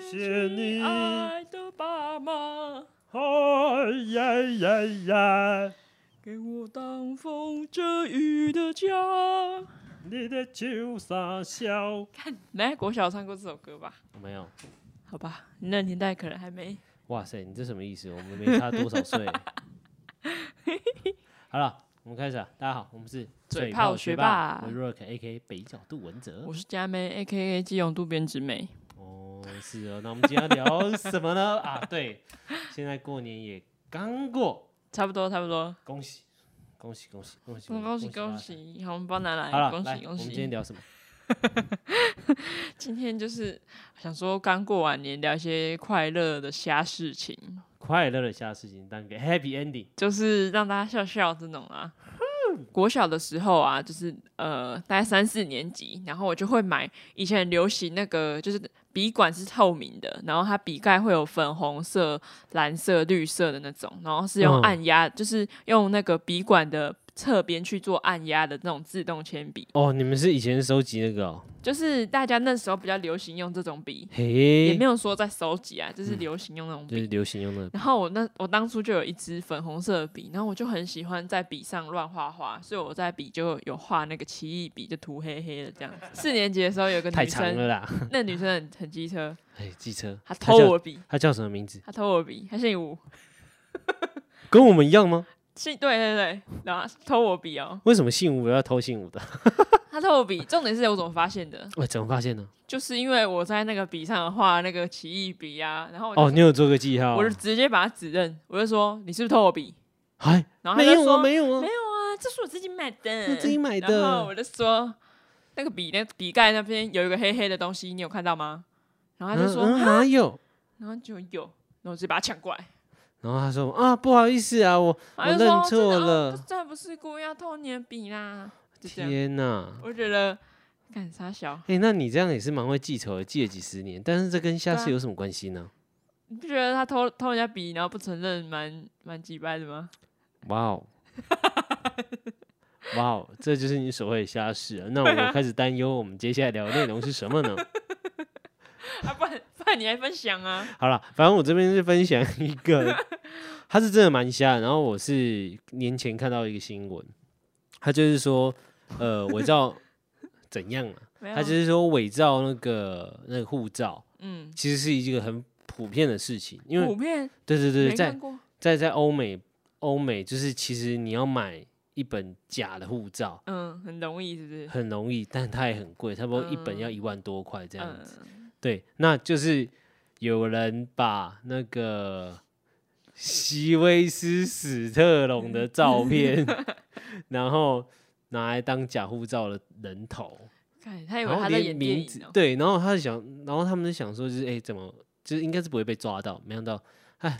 谢你，爱的爸妈，哦耶耶耶，给我挡风遮雨的家。你的酒傻笑。看，来国小唱过这首歌吧？没有，好吧，你那年代可能还没。哇塞，你这什么意思？我们没差多少 岁。好了，我们开始啊！大家好，我们是嘴炮炮学霸，霸我是 Rock A K 北角杜文哲我。是佳妹，A K A 基隆渡边直美。哦，是哦，那我们今天要聊什么 呢？啊，对，现在过年也刚过，差不多，差不多。恭喜恭喜恭喜恭喜恭喜恭恭！喜，红包拿大家来！好了，恭来，喜我恭们今天喜！聊什么？今天就是想说，刚过完年，聊一些快乐的瞎事情，快乐的下事情，当个 happy ending。就是让大家笑笑这种啊。国小的时候啊，就是呃，大概三四年级，然后我就会买以前很流行那个，就是笔管是透明的，然后它笔盖会有粉红色、蓝色、绿色的那种，然后是用嗯按压，就是用那个笔管的侧边去做按压的那种自动铅笔。哦，你们是以前收集那个哦？就是大家那时候比较流行用这种笔，也嘿没，有说在收集啊，就是流行用那种就笔。是流行用的。然后我那我当初就有一支粉红色的笔，然后我就很喜欢在笔上乱画画，所以我在笔就有画那个奇异笔，就涂黑黑的这样。四年级的时候有个太女长生，了啦！ 那女生很很机车，哎，机车，她偷叫我笔，他叫什么名字？她偷我笔，她姓吴，跟我们一样吗？姓对对对，然后她偷我笔哦，为什么姓吴要偷姓吴的？ 她偷我笔，重点是我怎么发现的，我怎么发现呢？就是因为我在那个笔上画那个奇异笔啊，然后我就哦，你有做个记号我？就直接把他指认，我就说你是不是偷我笔？哎，然后没他就有说啊，没有啊没，啊，这是我自己买的，我自己买然后的。我就说那个笔，那个笔盖那边有一个黑黑的东西，你有看到吗？然后他就说，嗯嗯哪有？然后就有，然后我直接把他抢过来，然后他说啊，不好意思啊，我他就认说错真的了哦，这不是故意要偷你的笔啦，就这样，天哪！我觉得干啥小。哎，那你这样也是蛮会记仇的，记了几十年，但是这跟下次对啊有什么关系呢？你不觉得他偷偷人家笔，然后不承认，蛮蛮鸡掰的吗？ 哇哦，哇哦，这就是你所谓的瞎事啊！那 我开始担忧，我们接下来聊的内容是什么呢？啊，不然不然你还分享啊？好了，反正我这边是分享一个， 他是真的蛮瞎的。然后我是年前看到一个新闻，他就是说，呃，伪造怎样啊？ 没有，他就是说伪造那个那个护照，嗯，其实是一个很普遍的事情，因为普遍对对对，没在看过，在在欧美欧美就是其实你要买一本假的护照。嗯，很容易是不是？很容易，但它也很贵，差不多一本要嗯一万多块这样子。嗯、对，那就是有人把那个席威斯·史特龙的照 片，然后拿来当假护照的人头，看他以为然后他在连演电名字影、哦，对，然后他就想，然后他们就想说，就是哎、诶怎么，就是应该是不会被抓到，没想到，哎，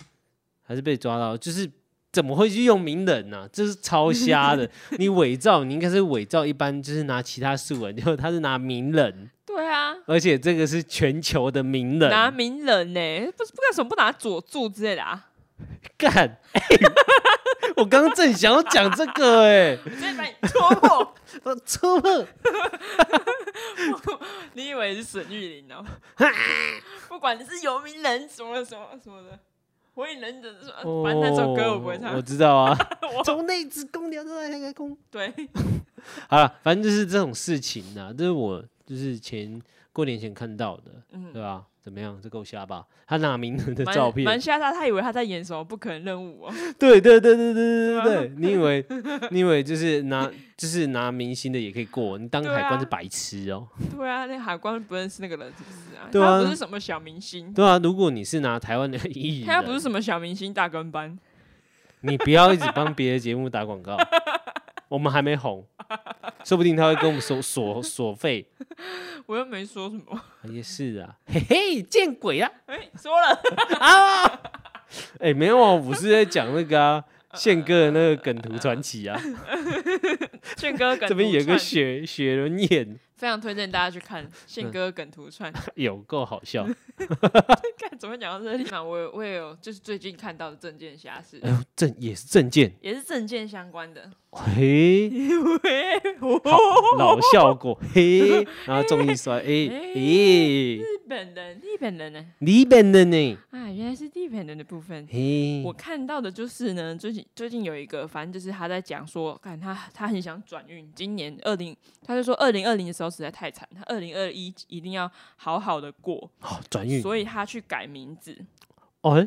还是被抓到，就是。怎么会去用名人呢、这是超瞎 的！你伪造，你应该是伪造一般，就是拿其他素人，结果他是拿名人，对啊，而且这个是全球的名人，拿名人呢、不是不为什么不拿佐助之类的啊？干、欸我刚刚正想要讲这个 哎、我直接把你戳破，我错了，你以为是沈玉琳哦？ 不管你是游民人什么什么什么的，火影忍者什么，反正那首哦歌我不会唱哦我。知道啊 我，从那只公聊到那个公。 对，好了，反正就是这种事情呐、这是我就是前过年前看到的，对嗯，吧、怎么样？这够瞎吧？他拿名人的蛮照片蛮，吓他，他以为他在演什么不可能任务 哦。对对对对对对吗 对对，你以为你以为就是拿就是拿明星的也可以过，你当对海关啊是白痴哦、对啊，那海关不认识那个人是不是啊？对啊他不是什么小明星，对啊，如果你是拿台湾的艺人，他又不是什么小明星大跟班。你不要一直帮别的节目打广告， 我们还没红，说不定他会跟我们 索索索费。我又没说什么，也是啊，嘿嘿，见鬼啊！哎、说了，哎、没有啊，我是在讲那个 啊，宪哥的 那个梗图传奇啊，炫哥跟这边有独个串雪雪人演，非常推荐大家去看宪哥梗图串。有够好 笑。 看怎么讲到这里嘛，我有我也有就是最近看到的证件瑕疵，哎呦，证也是证件，也是证件相关 的。嘿，喂，好老效果，嘿，然后重力摔，哎哎，日本人，日本人呢？嗯里边的呢，啊，原来是日本人的部分。嘿我，看到的就是呢，最近最近有一个，反正就是他在讲说，看他他很想转运，今年二零，他就说二零二零的时候实在太惨，他二零二一一定要好好的过，好转运，所以他去改名字。哦，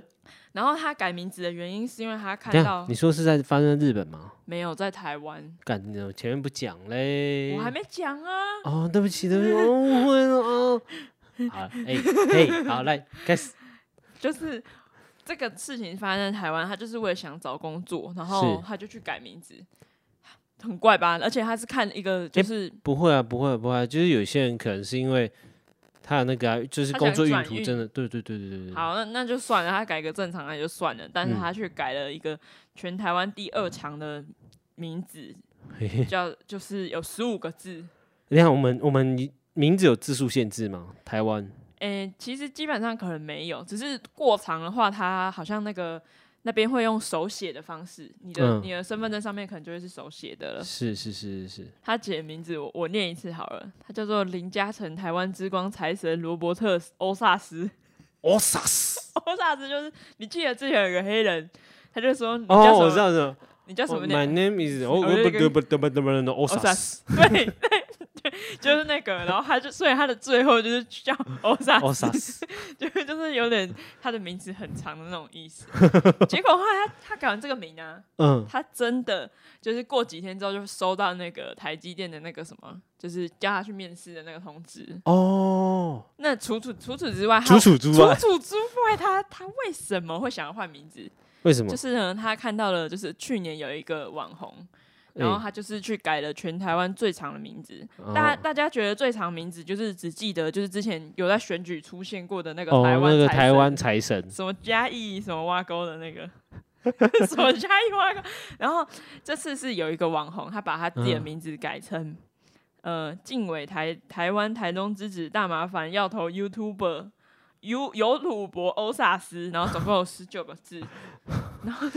然后他改名字的原因是因为他看等一下到你说是在发生在日本吗？没有在台湾，干，你怎么前面不讲嘞？我还没讲啊，哦，对不起，对不起，我误会了 哦。好，哎、嘿，好，来开始。就是这个事情发生在台湾，他就是为了想找工作，然后他就去改名字，很怪吧？而且他是看一个就是不会啊，不会、啊，不会、啊，就是有些人可能是因为他有那个、啊，就是他工想作运转途运真的，对对对对对对。 好，那那就算了，他改个正常的就算了，但是嗯他却改了一个全台湾第二长的名字，嘿嘿，叫就是有十五个字。你看我们我们名字有字数限制吗？台湾诶、其实基本上可能没有，只是过长的话，他好像那个那边会用手写的方式，你的、嗯你的身份证上面可能就会是手写的了。是是是是是，他姐的名字我我念一次好了，他叫做林嘉诚，台湾之光财神罗伯特·欧萨斯。哦萨斯。欧萨斯就是你记得之前有个黑人，他就说你叫什哦，么？我知道了。你叫什哦么 My 名？ name is 哦，我我就不跟得不得不得不的哦萨斯，对对对，就是那个。然后他就，所以他的最后就是叫欧萨哦斯萨，斯。就是就是有点他的名字很长的那种 意思。结果后来他他改完这个名啊，嗯，他真的就是过几天之后就收到那个台积电的那个什么，就是叫他去面试的那个通知。哦，那除此除此之外，他楚楚之外，除此之外，他他为什么会想要换名字？为什么就？是呢，他看到了，就是去年有一个网红，然后哎他就是去改了全台湾最长的名字。哦大大家觉得最长名字就是只记得就是之前有在选举出现过的那个哦，台湾、那个台湾财神， 什么嘉义什么挖沟的 那个。什么嘉义挖沟？然后这次是有一个网红，他把他自己的嗯名字改成、呃，敬伟台台湾台东之子大麻烦要头 YouTuber 尤尤鲁伯欧萨斯，然后总共有十九 个字，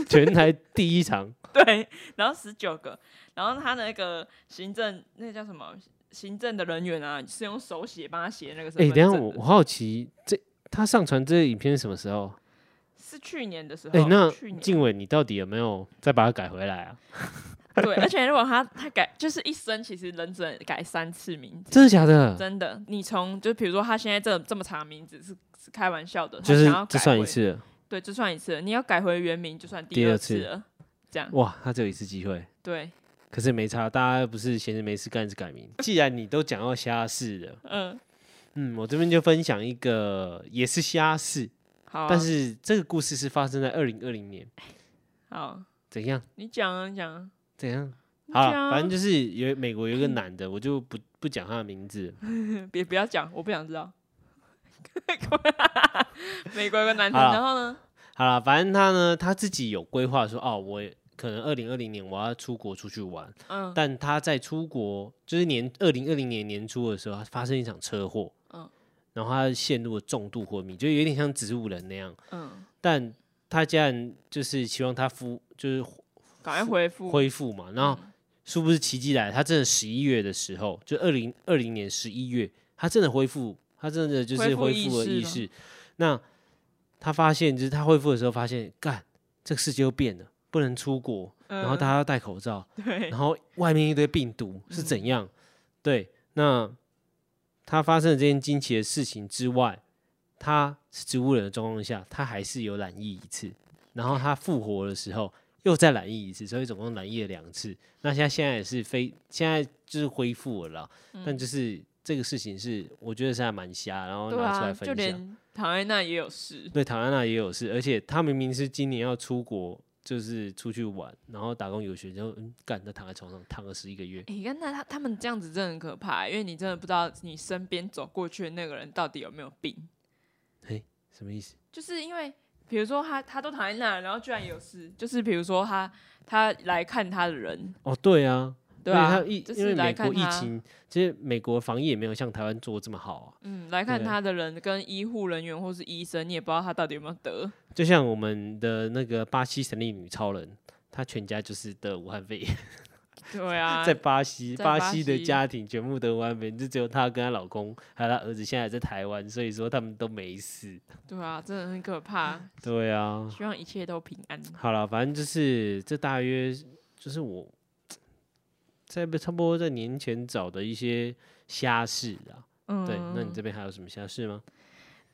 全台第一 场。对，然后十九个，然后他的那个行政那个叫什么行政的人员啊，是用手写帮他写那个身哎、等份一证下的。我我好奇，这他上传这影片是什么时候？是去年的时候，哎、那哦去年静伟，你到底有没有再把它改回来啊？ 对，而且如果他他改，就是一生其实人只能改三次名字，真的假的？真的。你从就比如说他现在这这么长的名字是是开玩笑的，他就是想要这改算一回，次了，对，就算一次了。你要改回原名，就算第第二二次次了，这样哇，他只有一次机会，对，可是没差，大家不是闲着没事干就改名。既然你都讲到虾事了，嗯，嗯，我这边就分享一个也是虾事，好啊、但是这个故事是发生在二零二零年，好，怎样你讲啊，你讲啊，怎样？你好讲啦，啊反正就是有美国有一个男的，我就不不讲他的名字了。别不要讲，我不想知道。 美国有个男生，好啦然后呢？好啦，反正他呢，他自己有规划说，哦，我可能二零二零年我要出国出去玩，嗯但他在出国，就是年二零二零年年初的时候，他发生一场车祸，嗯然后他陷入了重度昏迷，就有点像植物人那样。嗯，但他家人就是希望他复，就是赶快回复。恢复嘛。然后嗯殊不知奇迹来了，他真的十一月的时候，就二零二零年十一月，他真的恢复，他真的就是恢复恢意复了识意了识。那他发现，就是他恢复的时候发现，干，这个世界又变了，不能出国，然后嗯大家要戴口罩。对嗯然后外面一堆病毒是怎样？对，那他发生了这件惊奇的事情之外，他是植物人的状况下，他还是有染疫一次，然后他复活的时候又再染疫一次，所以总共染疫了两次。那现在现在也是非现在就是恢复了啦，嗯但就是这个事情是我觉得是还蛮瞎，然后对拿出啊，来分就享。连躺在那也有事。对，唐安娜也有事，而且她明明是今年要出国，就是出去玩，然后打工游学，然后嗯，干，她躺在床上躺了十一个月。哎、欸，那他他们这样子真的很可怕欸、因为你真的不知道你身边走过去的那个人到底有没有病，什么意思？就是因为比如说他他都躺在那，然后居然有事，就是比如说他他来看他的人，哦，对啊，对而且啊它，疫就因是为美来看国疫他，情，其实美国防疫也没有像台湾做得这么好啊。嗯，来看对他的人跟医护人员或是医生，你也不知道他到底有没有得。就像我们的那个巴西神力女超人，她全家就是得武汉肺炎，对 啊，在巴西，在巴巴西的西家庭全部得武汉肺炎，就只有她跟她老公还有她儿子现在还在台湾，所以说他们都没事。对啊，真的很可怕。对啊，希望一切都平安。好了，反正就是这大约就是我在差不多在年前找的一些瞎事啊。嗯，对，那你这边还有什么瞎事吗？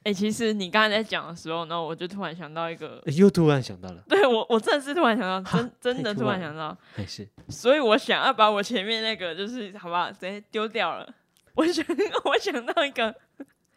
哎、其实你刚才在讲的时候呢，我就突然想到一个， 诶又突然想到了，对我我真的是突然想到， 哈真真太的突突然然想到，还是所以我想要把我前面那个就是好不好，直接丢掉了。 我想我想到一个，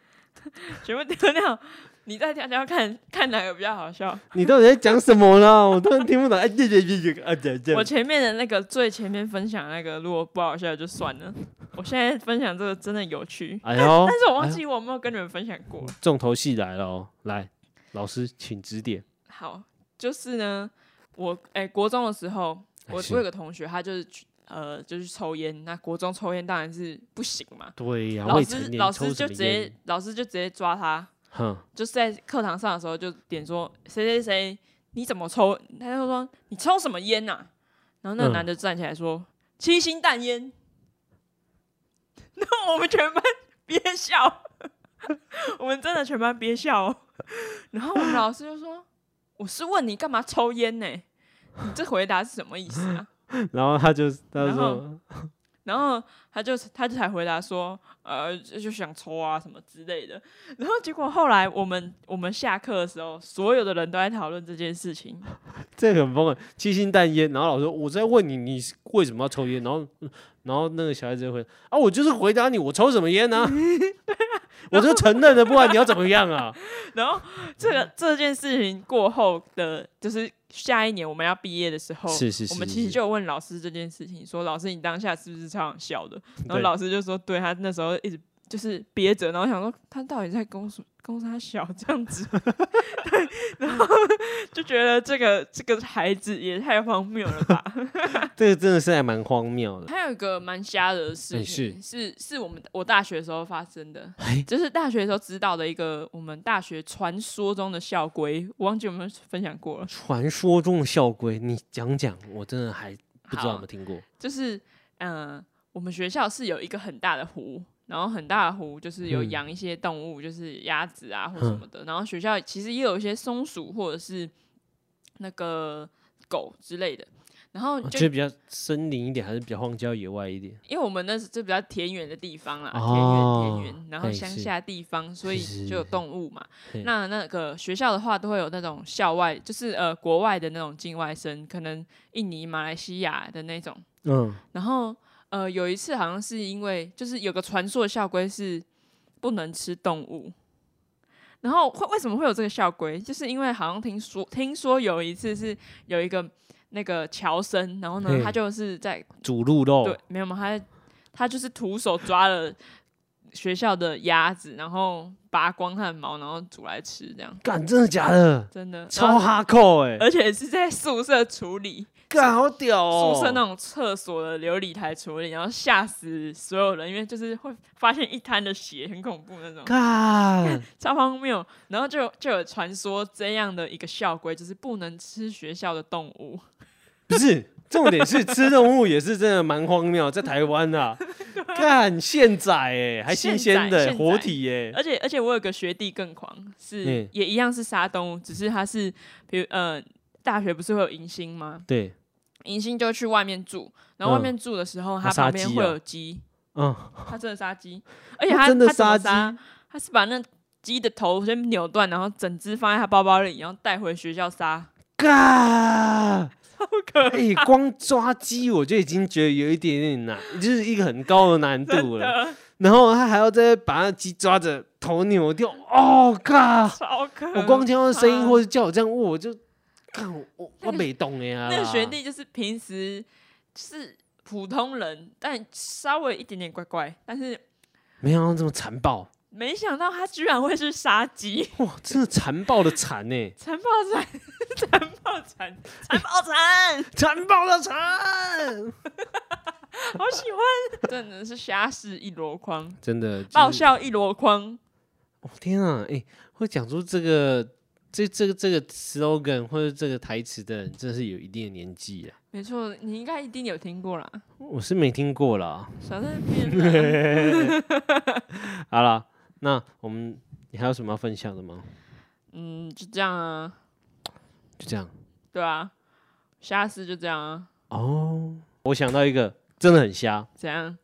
全部丢掉。你再挑挑看看哪个比较好笑。 你到底在讲什么呢？我突然听不懂。哎，对对对对，啊对对，我前面的那个最前面分享那个，如果不好笑就算了。我现在分享这个真的有趣，哎呦，但是我忘记我有没有跟你们分享过。重头戏来了哦！来，老师请指点。好，就是呢，我哎、国中的时候，我哎是我有个同学，他就是去呃，就是抽烟。那国中抽烟当然是不行嘛，对呀老师老师就直接，老师就直接抓他，哼，就是在课堂上的时候就点说谁谁谁你怎么抽？他就说你抽什么烟呐、然后那个嗯男的站起来说、七星淡烟。那我们全班憋笑，我们真的全班憋笑、哦。然后我们老师就说：“我是问你干嘛抽烟呢？你这回答是什么意思啊？”然后他就他然就后说，然后他就他就才回答说，呃，就就想抽啊什么之类的。然后结果后来我们我们下课的时候，所有的人都在讨论这件事情。这很疯啊，七星淡烟。然后老师说，我在问你，你是为什么要抽烟？然后然后那个小孩子就回啊，我就是回答你，我抽什么烟 呢、我就承认了，不然你要怎么样 啊？然后这个这件事情过后的，就是下一年我们要毕业的时候，是是是我们是其实是就有问老师这件事情，说老师你当下是不是超想笑的？然后对老师就说，对他那时候一直就是憋着，然后想说他到底在公什公他小这样子， 对，然后就觉得这个这个孩子也太荒谬 了吧。这个真的是还蛮荒谬的。还有一个蛮瞎的事哎情，是是我们我大学的时候发生的哎，就是大学的时候知道的一个我们大学传说中的校规，我忘记有没有分享过了。传说中的校规，你讲讲，我真的还不知道有没有听过。就是嗯、呃我们学校是有一个很大的湖，然后很大的湖就是有嗯养一些动物，就是鸭子啊或什么的。然后学校其实也有一些松鼠或者是那个狗之类的。然后啊就就是比较森林一点，还是比较荒郊野外一点？因为我们那是就比较田园的地方啦，哦田园田园，然后哎乡是下地方，所以是是就有动物嘛。嘿那那个学校的话，都会有那种校外，就是呃国外的那种境外生，可能印尼、马来西亚的那种。嗯，然后呃有一次好像是因为就是有个传说的校规是不能吃动物。然后会为什么会有这个校规？就是因为好像听说听说有一次是有一个那个侨生，然后呢嘿哦他就是在煮鹿肉，对，没有嘛，他他就是徒手抓了学校的鸭子，然后拔光它的毛，然后煮来吃，这样干，真的假的？真的然超后哈扣哎，而且是在宿舍处理，干好屌哦！宿舍那种厕所的琉璃台处理，然后吓死所有人，因为就是会发现一滩的血，很恐怖那种，干，超荒谬。然后就就有传说这样的一个校规，就是不能吃学校的动物。不是重点是吃动物也是真的蛮荒谬，在台湾 啊，干现宰哎，还新鲜现宰的现活宰体哎，而且而且我有个学弟更狂，是、嗯也一样是杀动物，只是他是比如呃大学不是会有迎新吗？对，迎新就去外面住，然后嗯外面住的时候，他杀旁边鸡会哦有鸡，嗯，他真的杀鸡，而且他他真的他怎么杀鸡杀？他是把那鸡的头先扭断，然后整只放在他包包里，然后带回学校杀，干。好可哎、光抓鸡我就已经觉得有一点点难，就是一个很高的难度了。的然后他还要再把那鸡抓着头扭掉，哦，干！超可怕。我光听到声音，怕或者叫我这样问，我就看我啊那我个没懂哎呀啦。那个学弟就是平时就是普通人，但稍微一点点怪怪，但是没想到这么残暴，没想到他居然会是杀鸡，哇，真的残暴的残欸呢、残暴残，残暴残，残暴残，残暴的残，好喜欢， 真的是瞎事一箩筐，真的爆！笑一箩筐，我、哦、天啊，哎、会讲出这个这这个这个 slogan 或者这个台词的人，真的是有一定的年纪啊。没错，你应该一定有听过啦，我是没听过啦。少在那边啦 好了，那我们你还有什么要分享的吗？嗯，就这样啊，就这样对啊，瞎事就这样啊，哦。我想到一个真的很瞎，怎样？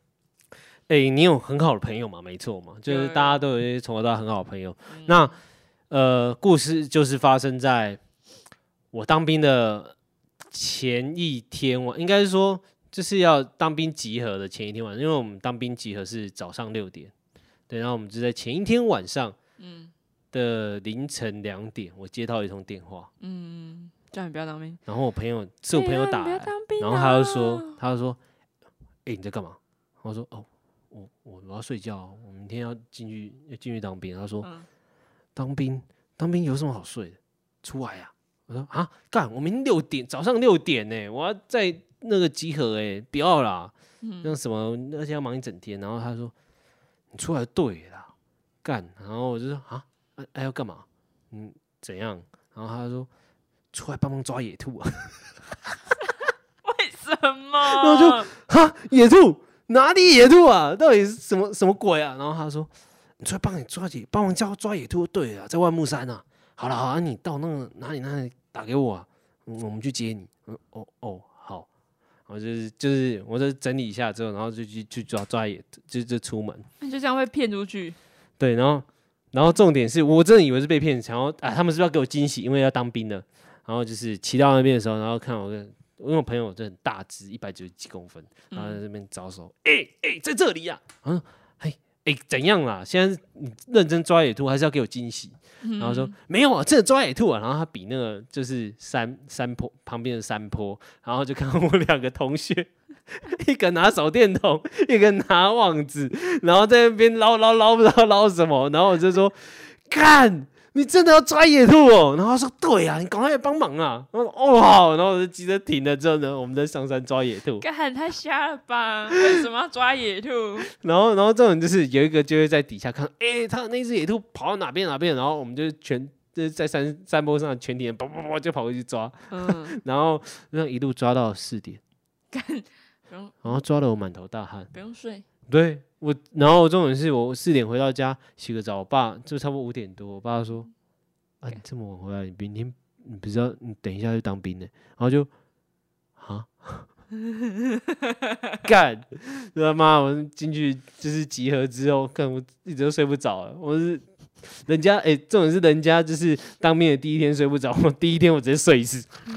哎、你有很好的朋友嘛？没错嘛，就有是有嗯大家都有一些从小到大很好的朋友。那呃，故事就是发生在我当兵的前一天晚，应该是说就是要当兵集合的前一天晚上，因为我们当兵集合是早上六点，对，然后我们就在前一天晚上，嗯的凌晨两点，我接到一通电话，嗯，叫你不要当兵，然后我朋友是我朋友哎呀打你不要来，当兵啊，然后他就说，他就说，哎、你在干嘛？我说，哦，我我我要睡觉啊，我明天要进去要进去当兵。他说，嗯当兵当兵有什么好睡的？出来呀、我说啊，干，我明天六点早上六点呢、我要在那个集合哎、不要啦，嗯那什么，而且要忙一整天。然后他说，你出来对啦，干。然后我就说啊，哎、哎要干嘛？嗯，怎样？然后他说。出来帮忙抓野兔啊！为什后么就？哈，野兔哪里野兔啊？到底是什么什么鬼啊？然后他说，你出来帮你抓野，帮忙叫抓野兔就对了啊，在万木山啊。好了，好啊，你到那个哪里哪里打给我啊，嗯我们去接你。嗯，哦哦，好。然后就是就是，我就整理一下之后，然后就去去抓抓野，就就出门。那就这样会骗出去，对，然后然后重点是我真的以为是被骗，想要啊，他们是不是要给我惊喜？因为要当兵的。然后就是骑到那边的时候，然后看我跟因为我朋友真的很大只，一百九十几公分，然后在那边招手，哎哎、在这里呀、啊，然后哎哎、怎样啦？现在是你认真抓野兔，还是要给我惊喜？然后说没有啊，真的抓野兔啊。然后他比那个就是山山坡旁边的山坡，然后就看我两个同学，一个拿手电筒，一个拿网子，然后在那边捞捞捞不知道捞什么，然后我就说看。你真的要抓野兔哦？然后他说：“对呀、啊，你赶快来帮忙啊！”我说：“哦好。”然后我就急着停了之后呢，我们再上山抓野兔。干太瞎了 吧？为什么要抓野兔？然后，然后这种就是有一个就会在底下看，哎、他那只野兔跑到哪边哪边，然后我们就全就是在山山坡上全体人，叭叭叭就跑过去抓，嗯，然后就这样一路抓到四点，不用然后抓的我满头大汗。不用睡，对我，然后重点是我四点回到家洗个澡，我爸就差不多五点多，我爸说：“啊，你这么晚回来，你明天你不知道你等一下就当兵呢、然后就啊， 干，知道吗？我进去就是集合之后，看我一直都睡不着了，我是。人家哎、这种是人家就是当兵的第一天睡不着，我第一天我直接睡一次，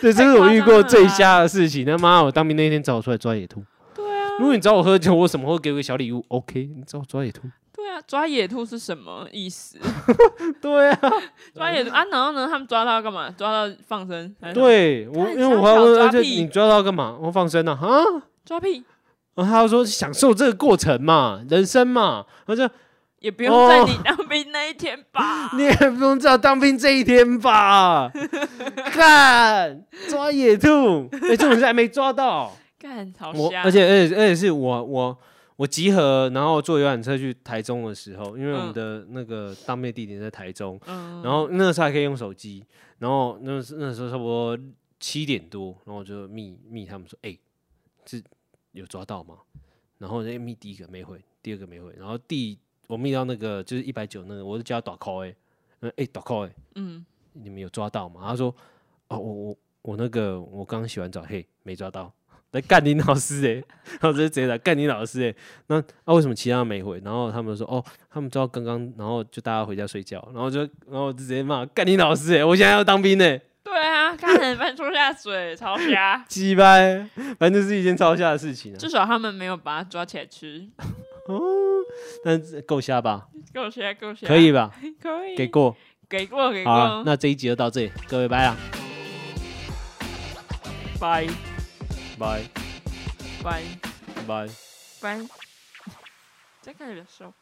对，这是我遇过最瞎的事情。他妈，我当兵那天找我出来抓野兔。对啊，如果你找我喝酒，我什么会给我个小礼物？OK，你找我抓野兔。对啊，抓野兔是什么意 思？对啊，抓野兔啊，然后呢？他们抓到干嘛？抓到放生？还是什么对我，干因为我小还小问，抓而且屁你抓到干嘛？我放生了啊。抓屁，然后他就说享受这个过程嘛，人生嘛。我啊说也不用在哦你当兵那一天吧？你也不用知道当兵这一天吧？看抓野兔，哎、这种是还没抓到。 干好我瞎，而且而且而且是我我我集合，然后坐游览车去台中的时候，因为我们嗯的那个当兵地点在台中，嗯，然后那个时候还可以用手机，然后那时那时候差不多七点多，然后我就密密他们说，哎、这有抓到吗？然后哎那密第一个没回，第二个没回，然后第我密到那个就是一百九那个，我就叫他打 call 哎、欸，哎、打 call 哎、嗯，你们有抓到吗？他说，哦，我我我那个我刚洗完澡，嘿，没抓到。 来干你老师哎、然后直接直接来干你老师哎、那啊为什么其他人没回？然后他们说哦，他们知道刚刚，然后就大家回家睡觉，然后就然后我就直接骂干你老师哎、我现在要当兵哎、对啊，看人翻桌下水，超瞎。鸡掰，反正就是一件超瞎的事情啊至，少他们没有把它抓起来吃，但是够瞎吧？够瞎够瞎，可以吧？可以给过，给过啊 给好啊过，，那这一集就到这里，各位拜啦，拜拜拜。拜。反正再开始收。